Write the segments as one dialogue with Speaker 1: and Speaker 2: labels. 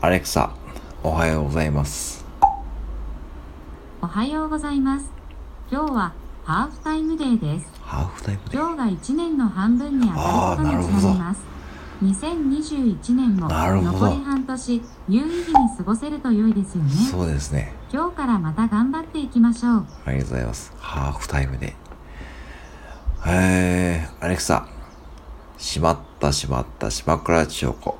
Speaker 1: アレクサ、おはようございます。
Speaker 2: おはようございます。今日はハーフタイムデーです。
Speaker 1: ハーフタイムで。
Speaker 2: 今日が1年の半分に当たることにちなみます。2021年も
Speaker 1: なるほど
Speaker 2: 残り半年、有意義に過ごせると良いですよね。
Speaker 1: そうですね。
Speaker 2: 今日からまた頑張っていきましょう。
Speaker 1: ありがとうございます。ハーフタイムで。えー、アレクサ、しまったしまった島倉千代子。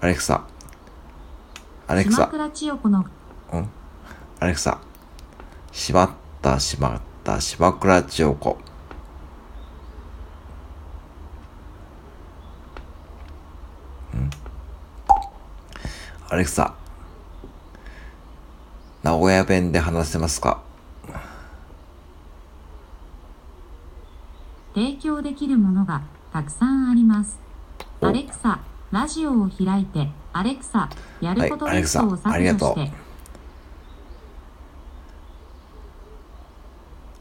Speaker 1: アレクサ、アレク
Speaker 2: 島
Speaker 1: サ、
Speaker 2: 倉千代子の
Speaker 1: うんアレクサ、しまったしまった島倉千代子。うんアレクサ、名古屋弁で話せますか
Speaker 2: 提供できるものがたくさんあります。
Speaker 1: お
Speaker 2: アレクサ、ラジオを開いて、アレクサ、やること
Speaker 1: はいアレ
Speaker 2: リ
Speaker 1: ク
Speaker 2: ス
Speaker 1: サ
Speaker 2: トを削
Speaker 1: ありが
Speaker 2: 除
Speaker 1: とう
Speaker 2: して、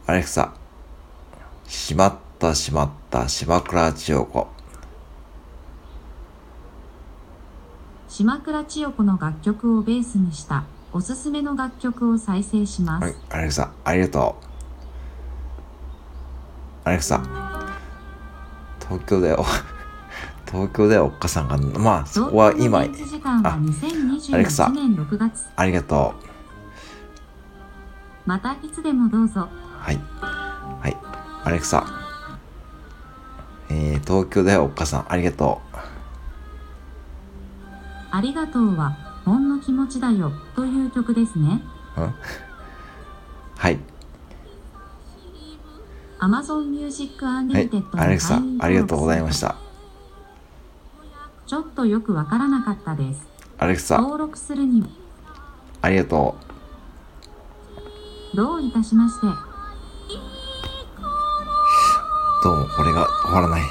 Speaker 1: アレクサ、しまったしまった島倉千代子。
Speaker 2: 島倉千代子の楽曲をベースにしたおすすめの楽曲を再生します。
Speaker 1: はい、アレクサ、ありがとう。アレクサ、東京だよ。 東京だよ、おっかさんが。まあ、そこは今、
Speaker 2: 現地時間は
Speaker 1: あアレクサ
Speaker 2: 2021年6月。
Speaker 1: ありがと
Speaker 2: またいつでもどうぞ。
Speaker 1: う。はい。はい、アレクサ。えー、東京だよ、おっかさん、ありがと
Speaker 2: ありがとうはほんの気持ちだよという曲ですね。
Speaker 1: う。うんはい、
Speaker 2: Amazon Music
Speaker 1: は
Speaker 2: Unlimited
Speaker 1: い
Speaker 2: の、
Speaker 1: アレクサ
Speaker 2: 会員、
Speaker 1: ありがとうございまし
Speaker 2: 登録
Speaker 1: た。
Speaker 2: すると。ちょっとよくわからなかったです。
Speaker 1: アレクサ、
Speaker 2: 登録するに
Speaker 1: ありがとう。
Speaker 2: どういたしまして。
Speaker 1: どうも、これが終わらない。